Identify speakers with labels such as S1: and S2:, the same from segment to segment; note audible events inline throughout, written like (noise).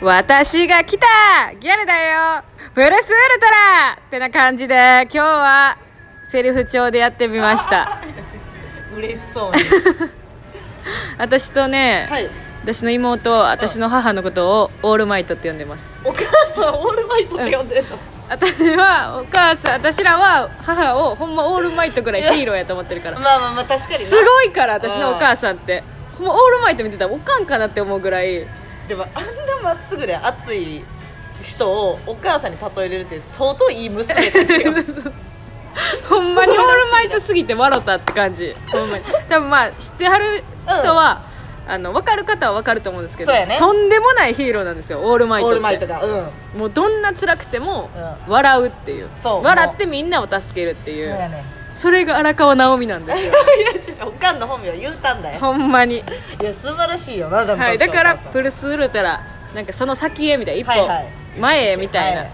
S1: 私が来たギャルだよブルースウルトラってな感じで今日はセルフ調でやってみました
S2: 嬉しそうに
S1: 私とね、
S2: はい
S1: 私の妹は私の母のことをオールマイトって呼んでます
S2: お母さんオールマイトって呼んでるの、
S1: 私はお母さん私らは母をほんまオールマイトぐらいヒーローやと思ってるから
S2: まあまあまあ確かにな
S1: すごいから私のお母さんってほんまオールマイト見てたらおかんかなって思うぐらい
S2: でもあんなまっすぐで熱い人をお母さんに例えれるって相当いい娘です (laughs) よ
S1: (laughs) ほんまにオールマイトすぎて笑ったって感じほんまに多分まあ知ってはる人は、あの分かる方は分かると思うんですけど、
S2: そうやね
S1: とんでもないヒーローなんですよオール
S2: オ
S1: マイトっ
S2: ー
S1: て
S2: ルマイトがうん
S1: もうどんな辛くても
S2: う
S1: 笑うっていう,、
S2: そう
S1: 笑ってみんなを助けるってい
S2: そう
S1: う
S2: やね
S1: それが荒川直美なんですよ
S2: いやちょっとおかんの本名言うたんだよ
S1: ほんまに、
S2: いや素晴らしいよなでも
S1: はい、だ
S2: 確
S1: から
S2: にお母さん
S1: プルスウルトラなんかその先へみたいな一
S2: はいは
S1: 歩前へみたいな
S2: はい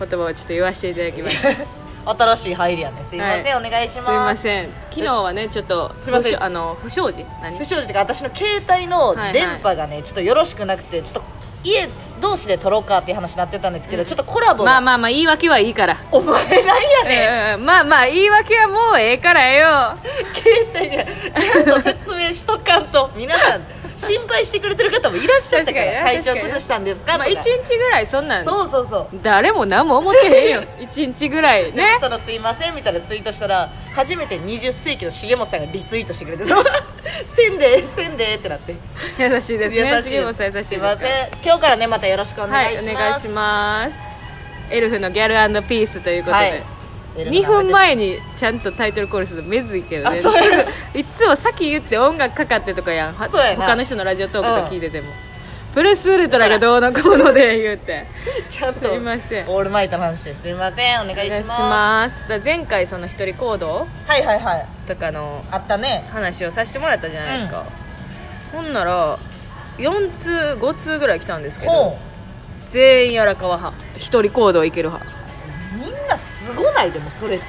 S1: 言葉をちょっと言わせていただきました
S2: (laughs) 新しい入りやねすいません、
S1: は
S2: お願いし
S1: すい
S2: ます
S1: ません昨日はねちょっと
S2: すいません
S1: 不祥あの不祥事何
S2: 不祥事っていうか私の携帯の
S1: はいはい
S2: 電波がね、ちょっとよろしくなくてちょっと家同士で撮ろうかっていう話になってたんですけど、ちょっとコラボが
S1: まあまあまあ言い訳はいいから、
S2: お前何やねん、
S1: うん、まあまあ言い訳はもうええからよ
S2: 携帯でちゃんと説明しとかんと (laughs) 皆さん心配してくれてる方もいらっしゃったから
S1: 確かに
S2: 体調崩したんですかと
S1: まあ
S2: か、
S1: 1日ぐらいそんなん
S2: そうそうそう
S1: 誰も何も思ってへん
S2: (laughs)
S1: よ1日ぐらい
S2: で
S1: ね
S2: そのすいませんみたいなツイートしたら初めて20世紀の重本さんがリツイートしてくれて (laughs) たせんでえせんでえってなって
S1: 優しいですね
S2: す
S1: 杉本さん優しいです
S2: すい
S1: から
S2: ません今日からねまたよろしくお
S1: は
S2: 願い
S1: い
S2: します、
S1: お願いしますエルフのギャルピースということで、
S2: はい
S1: 2分前にちゃんとタイトルコールするのめずいけどね
S2: あそうや
S1: す (laughs) ぐいつも先言って音楽かかってとかやんは
S2: そうやな
S1: 他の人のラジオトークと聞いてても、プルスウルトラがどうのこうので言うて (laughs)
S2: ちゃんと
S1: すいません
S2: オールマイトの話ですすいませんお願いします
S1: すだから前回その一人行動
S2: はいはいはい
S1: とかの
S2: あったね
S1: 話をさせてもらったじゃないですか、ほんなら4通5通ぐらい来たんですけど
S2: ほ
S1: 全員荒川派一人行動いける派
S2: うみんなすごないでもそれって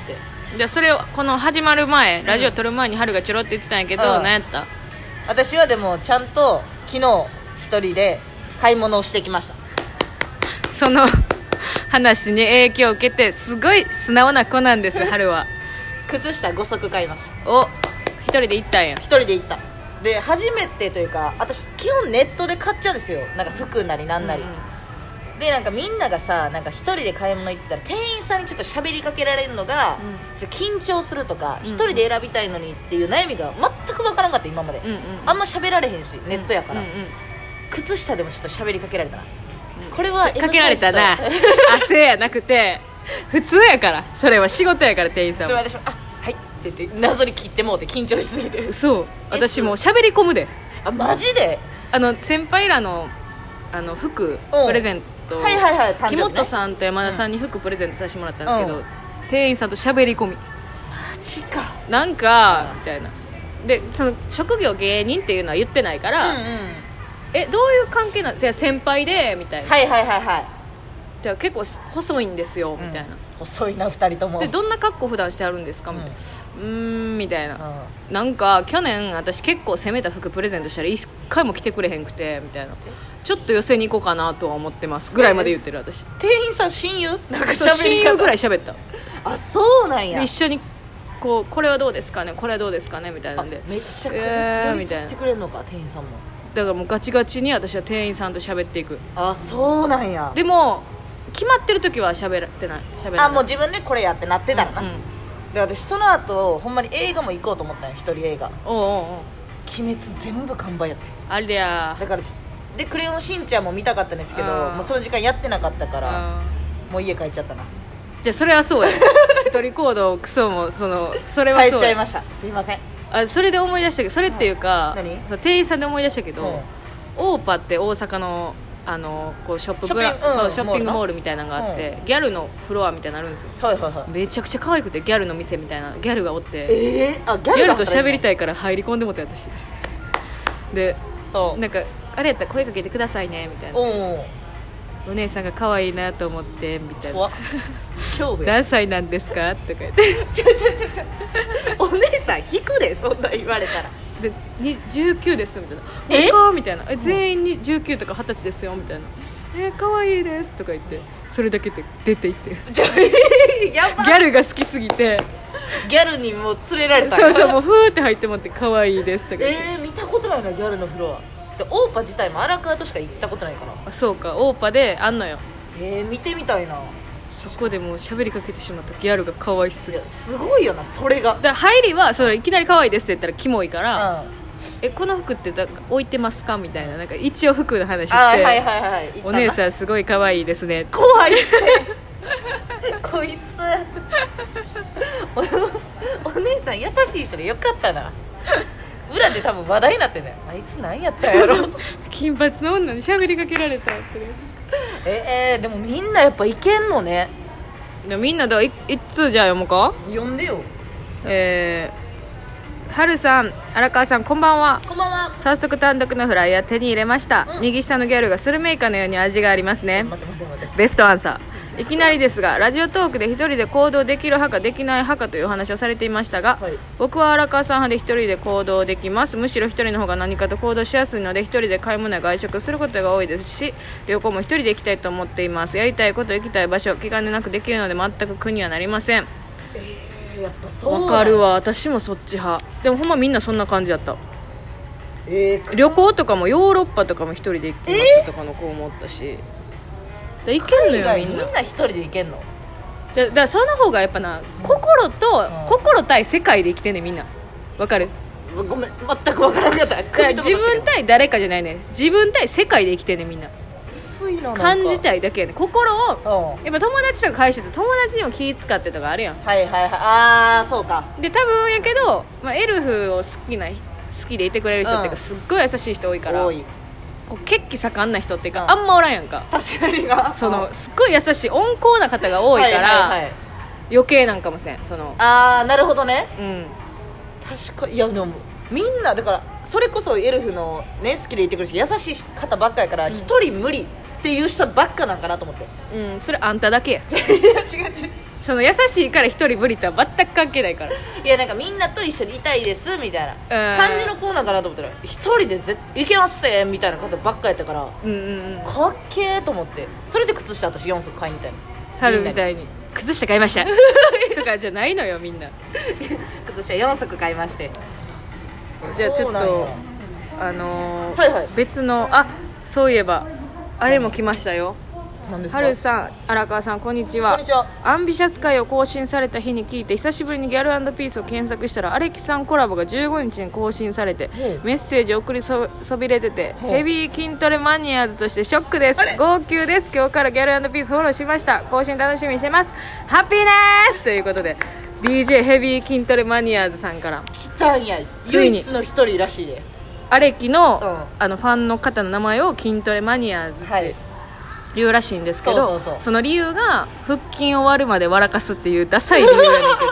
S1: じゃあそれをこの始まる前、ラジオ撮る前に春がちょろって言ってたんやけど、
S2: うん
S1: 何やった
S2: 私はでもちゃんと昨日一人で買い物をしてきました
S1: その (laughs) 話に影響を受けてすごい素直な子なんです春は
S2: 靴下5足買いました
S1: お一人で行ったんや
S2: 一人で行ったで初めてというか私基本ネットで買っちゃうんですよなんか服なりなんなり、でなんかみんながさなんか一人で買い物行ったら店員さんにちょっと喋りかけられるのが、
S1: う
S2: ちょっと緊張するとか
S1: うん
S2: 一、人で選びたいのにっていう悩みが全く分からんかった今まで、
S1: うんうん
S2: あんま喋られへんしネットやから、
S1: うんうん
S2: 靴下でもちょっと喋りかけられたな、これは
S1: かけられたな
S2: M サイズ (laughs)
S1: 汗やなくて普通やからそれは仕事やから店員さ
S2: と
S1: ん
S2: で
S1: も
S2: 私も「あはい」って言って謎に切ってもうて緊張しすぎて
S1: そう私もう喋り込むで
S2: あマジで
S1: あの先輩らのあの服
S2: うん
S1: プレゼント
S2: はいはいはい誕生日
S1: 木
S2: ね
S1: 本さんと山田さんに服プレゼントさせてもらったんですけど、
S2: うん
S1: 店員さんと喋り込み
S2: マジか
S1: なんかみたいなでその職業芸人っていうのは言ってないか
S2: うん
S1: ら、
S2: うん
S1: えどういう関係なんですか先輩でみたいな、
S2: はいはいはいはい
S1: じゃあ結構細いんですよみたいな、
S2: 細いな2人とも
S1: でどんな格好普段してあるんですかみたいなうーんみたいな、なんか去年私結構攻めた服プレゼントしたら一回も着てくれへんくてみたいなちょっと寄せに行こうかなとは思ってますぐらいまで言ってる私、
S2: 店員さん親友なんか
S1: そう親友ぐら
S2: い
S1: い喋った
S2: あそうなんや
S1: で一緒にこうこれはどうですかねこれはどうですかねみたいな
S2: あ
S1: ん
S2: め
S1: で
S2: っちゃ
S1: えー
S2: こ
S1: み
S2: み
S1: た
S2: た
S1: い
S2: い
S1: な
S2: てくれるのか店員さんも
S1: だからもうガチガチに私は店員さんと喋っていく
S2: あそうなんや
S1: でも決まってる時は喋らってない喋らない
S2: あもう自分でこれやってなってたらな、
S1: うんうん
S2: で私その後ほんまに映画も行こうと思ったんよ一人映画
S1: おうおうおう
S2: 「鬼滅」全部完売やって
S1: あれや
S2: だからで「クレヨンしんちゃん」も見たかったんですけど
S1: あー
S2: もうその時間やってなかったから
S1: あ
S2: もう家帰っちゃったな
S1: ーじゃあそれはそうや
S2: (laughs)
S1: 一人行動クソもそのそれは
S2: 帰
S1: そ
S2: っ
S1: う
S2: ちゃい
S1: や
S2: ましたすいません
S1: あそれで思い出したけどそれっていうか、
S2: うん何
S1: その店員さんで思い出したけど、
S2: うん
S1: オーパって大阪のあのこうショップブラ
S2: ショッピングうん
S1: そうショッピング
S2: モ
S1: モ
S2: ー
S1: ールみたいなのがあって、ギャルのフロアみたいなのあるんですよ
S2: はいはいはい
S1: めちゃくちゃ可愛くてギャルの店みたいなギャルがおって
S2: ええあギ
S1: ギャルと喋り
S2: い
S1: たいから入り込んでもって私で
S2: そう
S1: なんかあれやったら声かけてくださいねみたいな
S2: うん
S1: お姉さんが可愛いなと思ってみたい (laughs)
S2: 怖
S1: な
S2: っ恐怖や (laughs)
S1: 何歳なんですかとか言って
S2: ちょちょちょちょお姉さん引くでそんなん言われたら
S1: でに19ですみたいな「
S2: え
S1: 若っみたいな「え全員に19とか20歳ですよ」みたいな「え可愛いです」とか言ってそれだけで出ていっ
S2: (laughs)
S1: てギ
S2: やば
S1: ャルが好きすぎ
S2: (laughs)
S1: て
S2: ギャルにもう連れられた
S1: そうそうもうふーって入ってもらって「可愛いです」とか言って。
S2: えー、見たことないなギャルのフロアでオーパ自体も荒川としか行ったことないから
S1: あそうかオーパであんのよ
S2: えー、見てみたいな
S1: そこでもう喋りかけてしまったギャルが可愛す
S2: い
S1: ぎる
S2: やすごいよなそれが
S1: だから入りはそういきなり可愛いですって言ったらキモいから、
S2: うん
S1: えこの服ってだ置いてますかみたいななんか一応服の話して、
S2: あーはいはいはい
S1: お姉
S2: ん
S1: さんすごい可愛いですね
S2: 怖いって (laughs) こいつおお姉さん優しい人でよかったな裏で多分話題になってんねあいつ何やったんやろ (laughs)
S1: 金髪の女に喋りかけられたってね
S2: えー、でもみんなやっぱいけんのね
S1: でもみんなだい一通じゃあ読もうか
S2: 呼んでよ
S1: えー、はるさん荒川さんこんばんは
S2: こんばんは
S1: 早速単独のフライヤー手に入れました、
S2: うん
S1: 右下のギャルがスルメイカのように味がありますね
S2: 待って待って待って
S1: ベストアンサーいきなりですがラジオトークで一人で行動できる派かできない派かというお話をされていましたが、
S2: はい
S1: 僕は荒川さん派で一人で行動できますむしろ一人の方が何かと行動しやすいので一人で買い物や外食することが多いですし旅行も一人で行きたいと思っていますやりたいこと行きたい場所気兼ねなくできるので全く苦にはなりません
S2: えーやっぱそうなん
S1: わ
S2: や
S1: かるわ私もそっち派でもほんまみんなそんな感じだった
S2: えー、
S1: 旅行とかもヨーロッパとかも一人で行きますとかの子もおったし、だ行けんのよ
S2: 海外
S1: み
S2: み
S1: ん
S2: ん
S1: な
S2: な一人で行けんの
S1: だだからその方がやっぱな心と、
S2: ん
S1: 心対世界で生きてんねんみんなわかる
S2: ごめん全くわからなかった
S1: だから自分対誰かじゃないねん自分対世界で生きてんねんみんな
S2: 薄いななんか
S1: 感じたいだけやねん心を
S2: うんは
S1: やっぱ友達とか返してて友達にも気使ってとかあるやん
S2: いはいはいああそうか
S1: で多分やけど、まあ、エルフを好きな好きでいてくれる人っていうか、
S2: うん
S1: すっごい優しい人多いから
S2: 多い
S1: こう血気盛んな人っていうか、
S2: うん
S1: あんまおらんやんか
S2: 確かにな
S1: そのすっごい優しい温厚な方が多いから、
S2: はいはいはい
S1: 余計なんかもせんその
S2: ああなるほどね
S1: うん
S2: 確かいやでもみんなだからそれこそエルフのね好きでいてくれるし優しい方ばっかやから一、人無理っていう人ばっかなんかなと思って
S1: うんそれあんただけや
S2: いや違う違う
S1: その優しいから一人無理とは全く関係ないから
S2: いやなんかみんなと一緒にいたいですみたい
S1: うん
S2: な感じの子なんかなと思ったら一人でぜいけますせみたいな方ばっかやったから
S1: うんうんうん
S2: かっけえと思ってそれで靴下私4足買いに行ったの
S1: 春みたいに靴下買いましたとかじゃないのよみん (laughs) な
S2: 靴下4足買いまして
S1: じゃあちょっ
S2: そう
S1: とあのー
S2: はいはい
S1: 別のあそういえばあれも来ましたよ
S2: なんですか
S1: はるさん荒川さんこんにちは
S2: こんにちは
S1: アンビシャス会を更新された日に聞いて久しぶりにギャルピースを検索したらアレキさんコラボが15日に更新されて
S2: ほう
S1: メッセージを送りそそびれてて
S2: ほう
S1: ヘビー筋トレマニアーズとしてショックです号泣です今日からギャルピースフォローしました更新楽しみにしてますハッピーですということで DJ ヘビー筋トレマニアーズさんから
S2: 来たんや
S1: つい
S2: 唯
S1: に
S2: 一の一人らしいで
S1: アレキの,、
S2: う
S1: あのファンの方の名前を筋トレマニアーズ
S2: はい
S1: 言うらしいんですけど
S2: そうそうそう
S1: の理由が腹筋を割るまで笑かすっていうダサい理由
S2: (laughs)
S1: やねんけど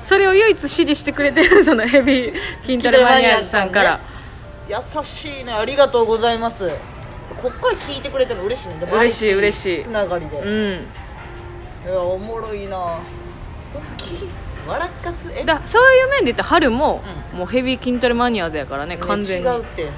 S1: それを唯一支持してくれてるそ (laughs) のヘビー筋トレマニアーズさんから
S2: 優しいねありがとうございますこっから聞いてくれてるの嬉しいねでも
S1: 嬉しい
S2: あれ
S1: 嬉しい
S2: つながりで、
S1: う
S2: い
S1: ん
S2: やおもろいな笑っかすえ
S1: だそういう面で言ったら春も、もうヘビー筋トレマニアーズやからね
S2: ね
S1: 完全
S2: 違
S1: に
S2: うって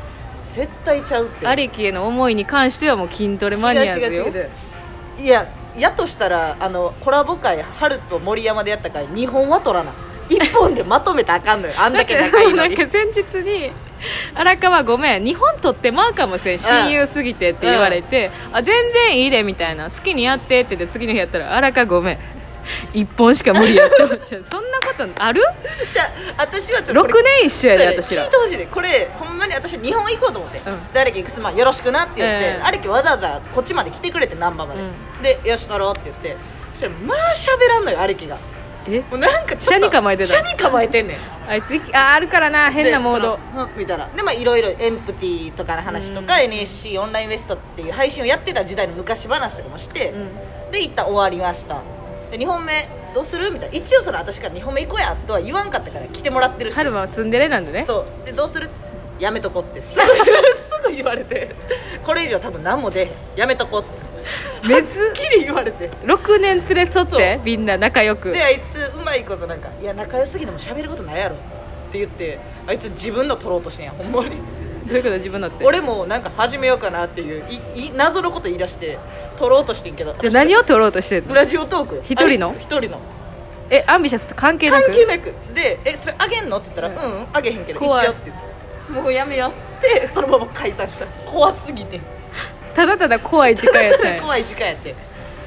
S2: 絶対ちゃうって
S1: アレキへの思いに関してはもう筋トレマニアーズよ
S2: 違う違う違ういややとしたらあのコラボ会春と森山でやった回2本は取らな1本でまとめたらあかんのよあんだ
S1: (laughs) だ
S2: け
S1: け
S2: 仲い
S1: ど
S2: いの
S1: なん
S2: に
S1: か前日に荒川ごめん日本取ってまうかもしれん親友すぎてって言われて、あ全然いいでみたいな好きにやってって言って次の日やったら荒川ごめん一本しか無理やって思っち
S2: (laughs)
S1: ゃうそんなことある
S2: じゃあ私はちょっと
S1: 6
S2: これ
S1: 年一緒やで私
S2: 聞
S1: ら
S2: いてほしいねこれほんまに私日本行こうと思って
S1: ん
S2: 「誰か行くすまんよろしくな」って言って、
S1: うん
S2: あれきわざわざこっちまで来てくれて難波まで、で「よし乗ろう」って言ってそしたらまあ喋らんのよあれきが
S1: え
S2: もうなんかちょっと
S1: 車に構えてた
S2: 車に構えてんねん
S1: あいついきああるからな (laughs) 変なモード
S2: でそのうん見たらでまあいろいろエンプティとかの話とか、NSC オンラインウエストっていう配信をやってた時代の昔話とかもして、で一旦終わりましたで2本目どうするみたいな一応その私から2本目行こうやとは言わんかったから来てもらってるし
S1: 春馬はツンデレなんでね
S2: そうでどうするやめとこって (laughs) すぐすぐ言われてこれ以上多分何も出へんやめとこって
S1: め
S2: め
S1: ず
S2: っきり言われて
S1: 6年連れ添ってみんな仲良く
S2: であいつうまいことなんかいや仲良すぎても喋ることないやろって言ってあいつ自分の取ろうとしてんやほんまに
S1: どういうこと自分だって
S2: 俺もなんか始めようかなっていういい謎のこと言い出して取ろうとしてんけど
S1: じゃあ何を取ろうとしてんの
S2: ラジオトーク
S1: 一人の
S2: あ一人の
S1: えアンビシャスと関係な
S2: 関
S1: く
S2: 係なくで「えそれあげんの?」って言ったら「
S1: う
S2: うん、うん、あげへんけど一応」
S1: 怖
S2: っ
S1: い
S2: て言ってもうやめようっつってそのまま解散した怖すぎて
S1: ただただ怖い時間やったんやへ
S2: (laughs) 怖い時間やって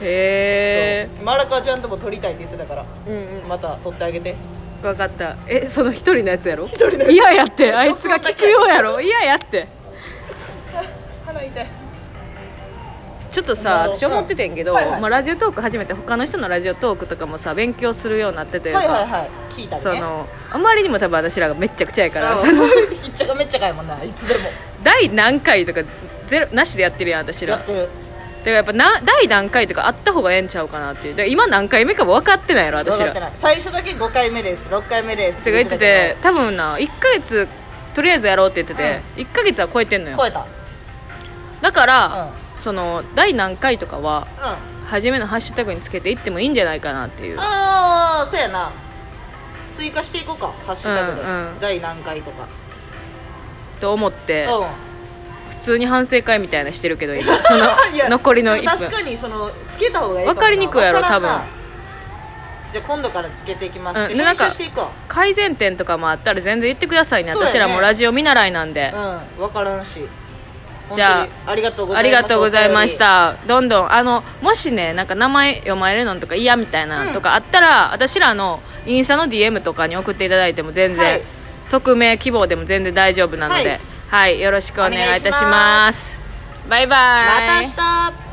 S1: え
S2: そうマラカちゃんとも撮りたいって言ってたから
S1: うんうん
S2: また撮ってあげて
S1: 分かったえその一人のやつやろ一
S2: 人のやつ
S1: 嫌やってあいつが聞くようやろ嫌やって
S2: 腹痛い
S1: ちょっとさ
S2: なるほ
S1: 私
S2: ど
S1: 思っててんけど、
S2: うんはいはい
S1: まあ、ラジオトーク始めて他の人のラジオトークとかもさ勉強するようになってというか、
S2: はいはいはい聞いたりね
S1: そのあまりにも多分私らがめっちゃくちゃやから、その
S2: うん (laughs) いっちゃかめっちゃかやもんないつでも
S1: 第何回とかゼロなしでやってるやん私ら
S2: や
S1: だ
S2: っ
S1: か
S2: てる
S1: らやっぱな第何回とかあった方がええんちゃうかなっていうだから今何回目かも分かってないやろ
S2: 分
S1: 私
S2: からってない最初だけ5回目です6回目です
S1: とか言ってて多分な1ヶ月とりあえずやろうって言ってて、1ヶ月は超えてんの
S2: たけど
S1: よ
S2: 超えた
S1: だから、その第何回とかは
S2: うん
S1: 初めのハッシュタグにつけていってもいいんじゃないかなっていう
S2: ああそうやな追加していこうかハッシュタグで、
S1: うんうん
S2: 第何回とか
S1: と思っ
S2: う
S1: て
S2: ん
S1: 普通に反省会みたいなしてるけど今そ
S2: (laughs) い
S1: の
S2: や
S1: 残りの
S2: で
S1: 1
S2: も確
S1: 分
S2: かにそのつけた方がいいもな
S1: わかりにくいやろ
S2: わからんな
S1: 多分
S2: じゃあ今度からつけていきます、
S1: うん
S2: で
S1: でなん
S2: 編
S1: か
S2: 集していこ
S1: 改善点とかもあったら全然言ってくださいね
S2: そうやね
S1: 私らもラジオ見習いなんで
S2: ううん分からんし
S1: じゃあ
S2: 本当にありがとうござ
S1: あ
S2: います
S1: りがとうございまし
S2: お
S1: たどんどんあのもしねなんか名前読まれるのとか嫌みたいなのとかあったら、私らのインスタの DM とかに送っていただいても全然、
S2: はい
S1: 匿名希望でも全然大丈夫なのでは、
S2: はい
S1: よろしくお願いいたし
S2: お願いし
S1: ま
S2: ます
S1: バイ
S2: 便
S1: バイ
S2: りまた明日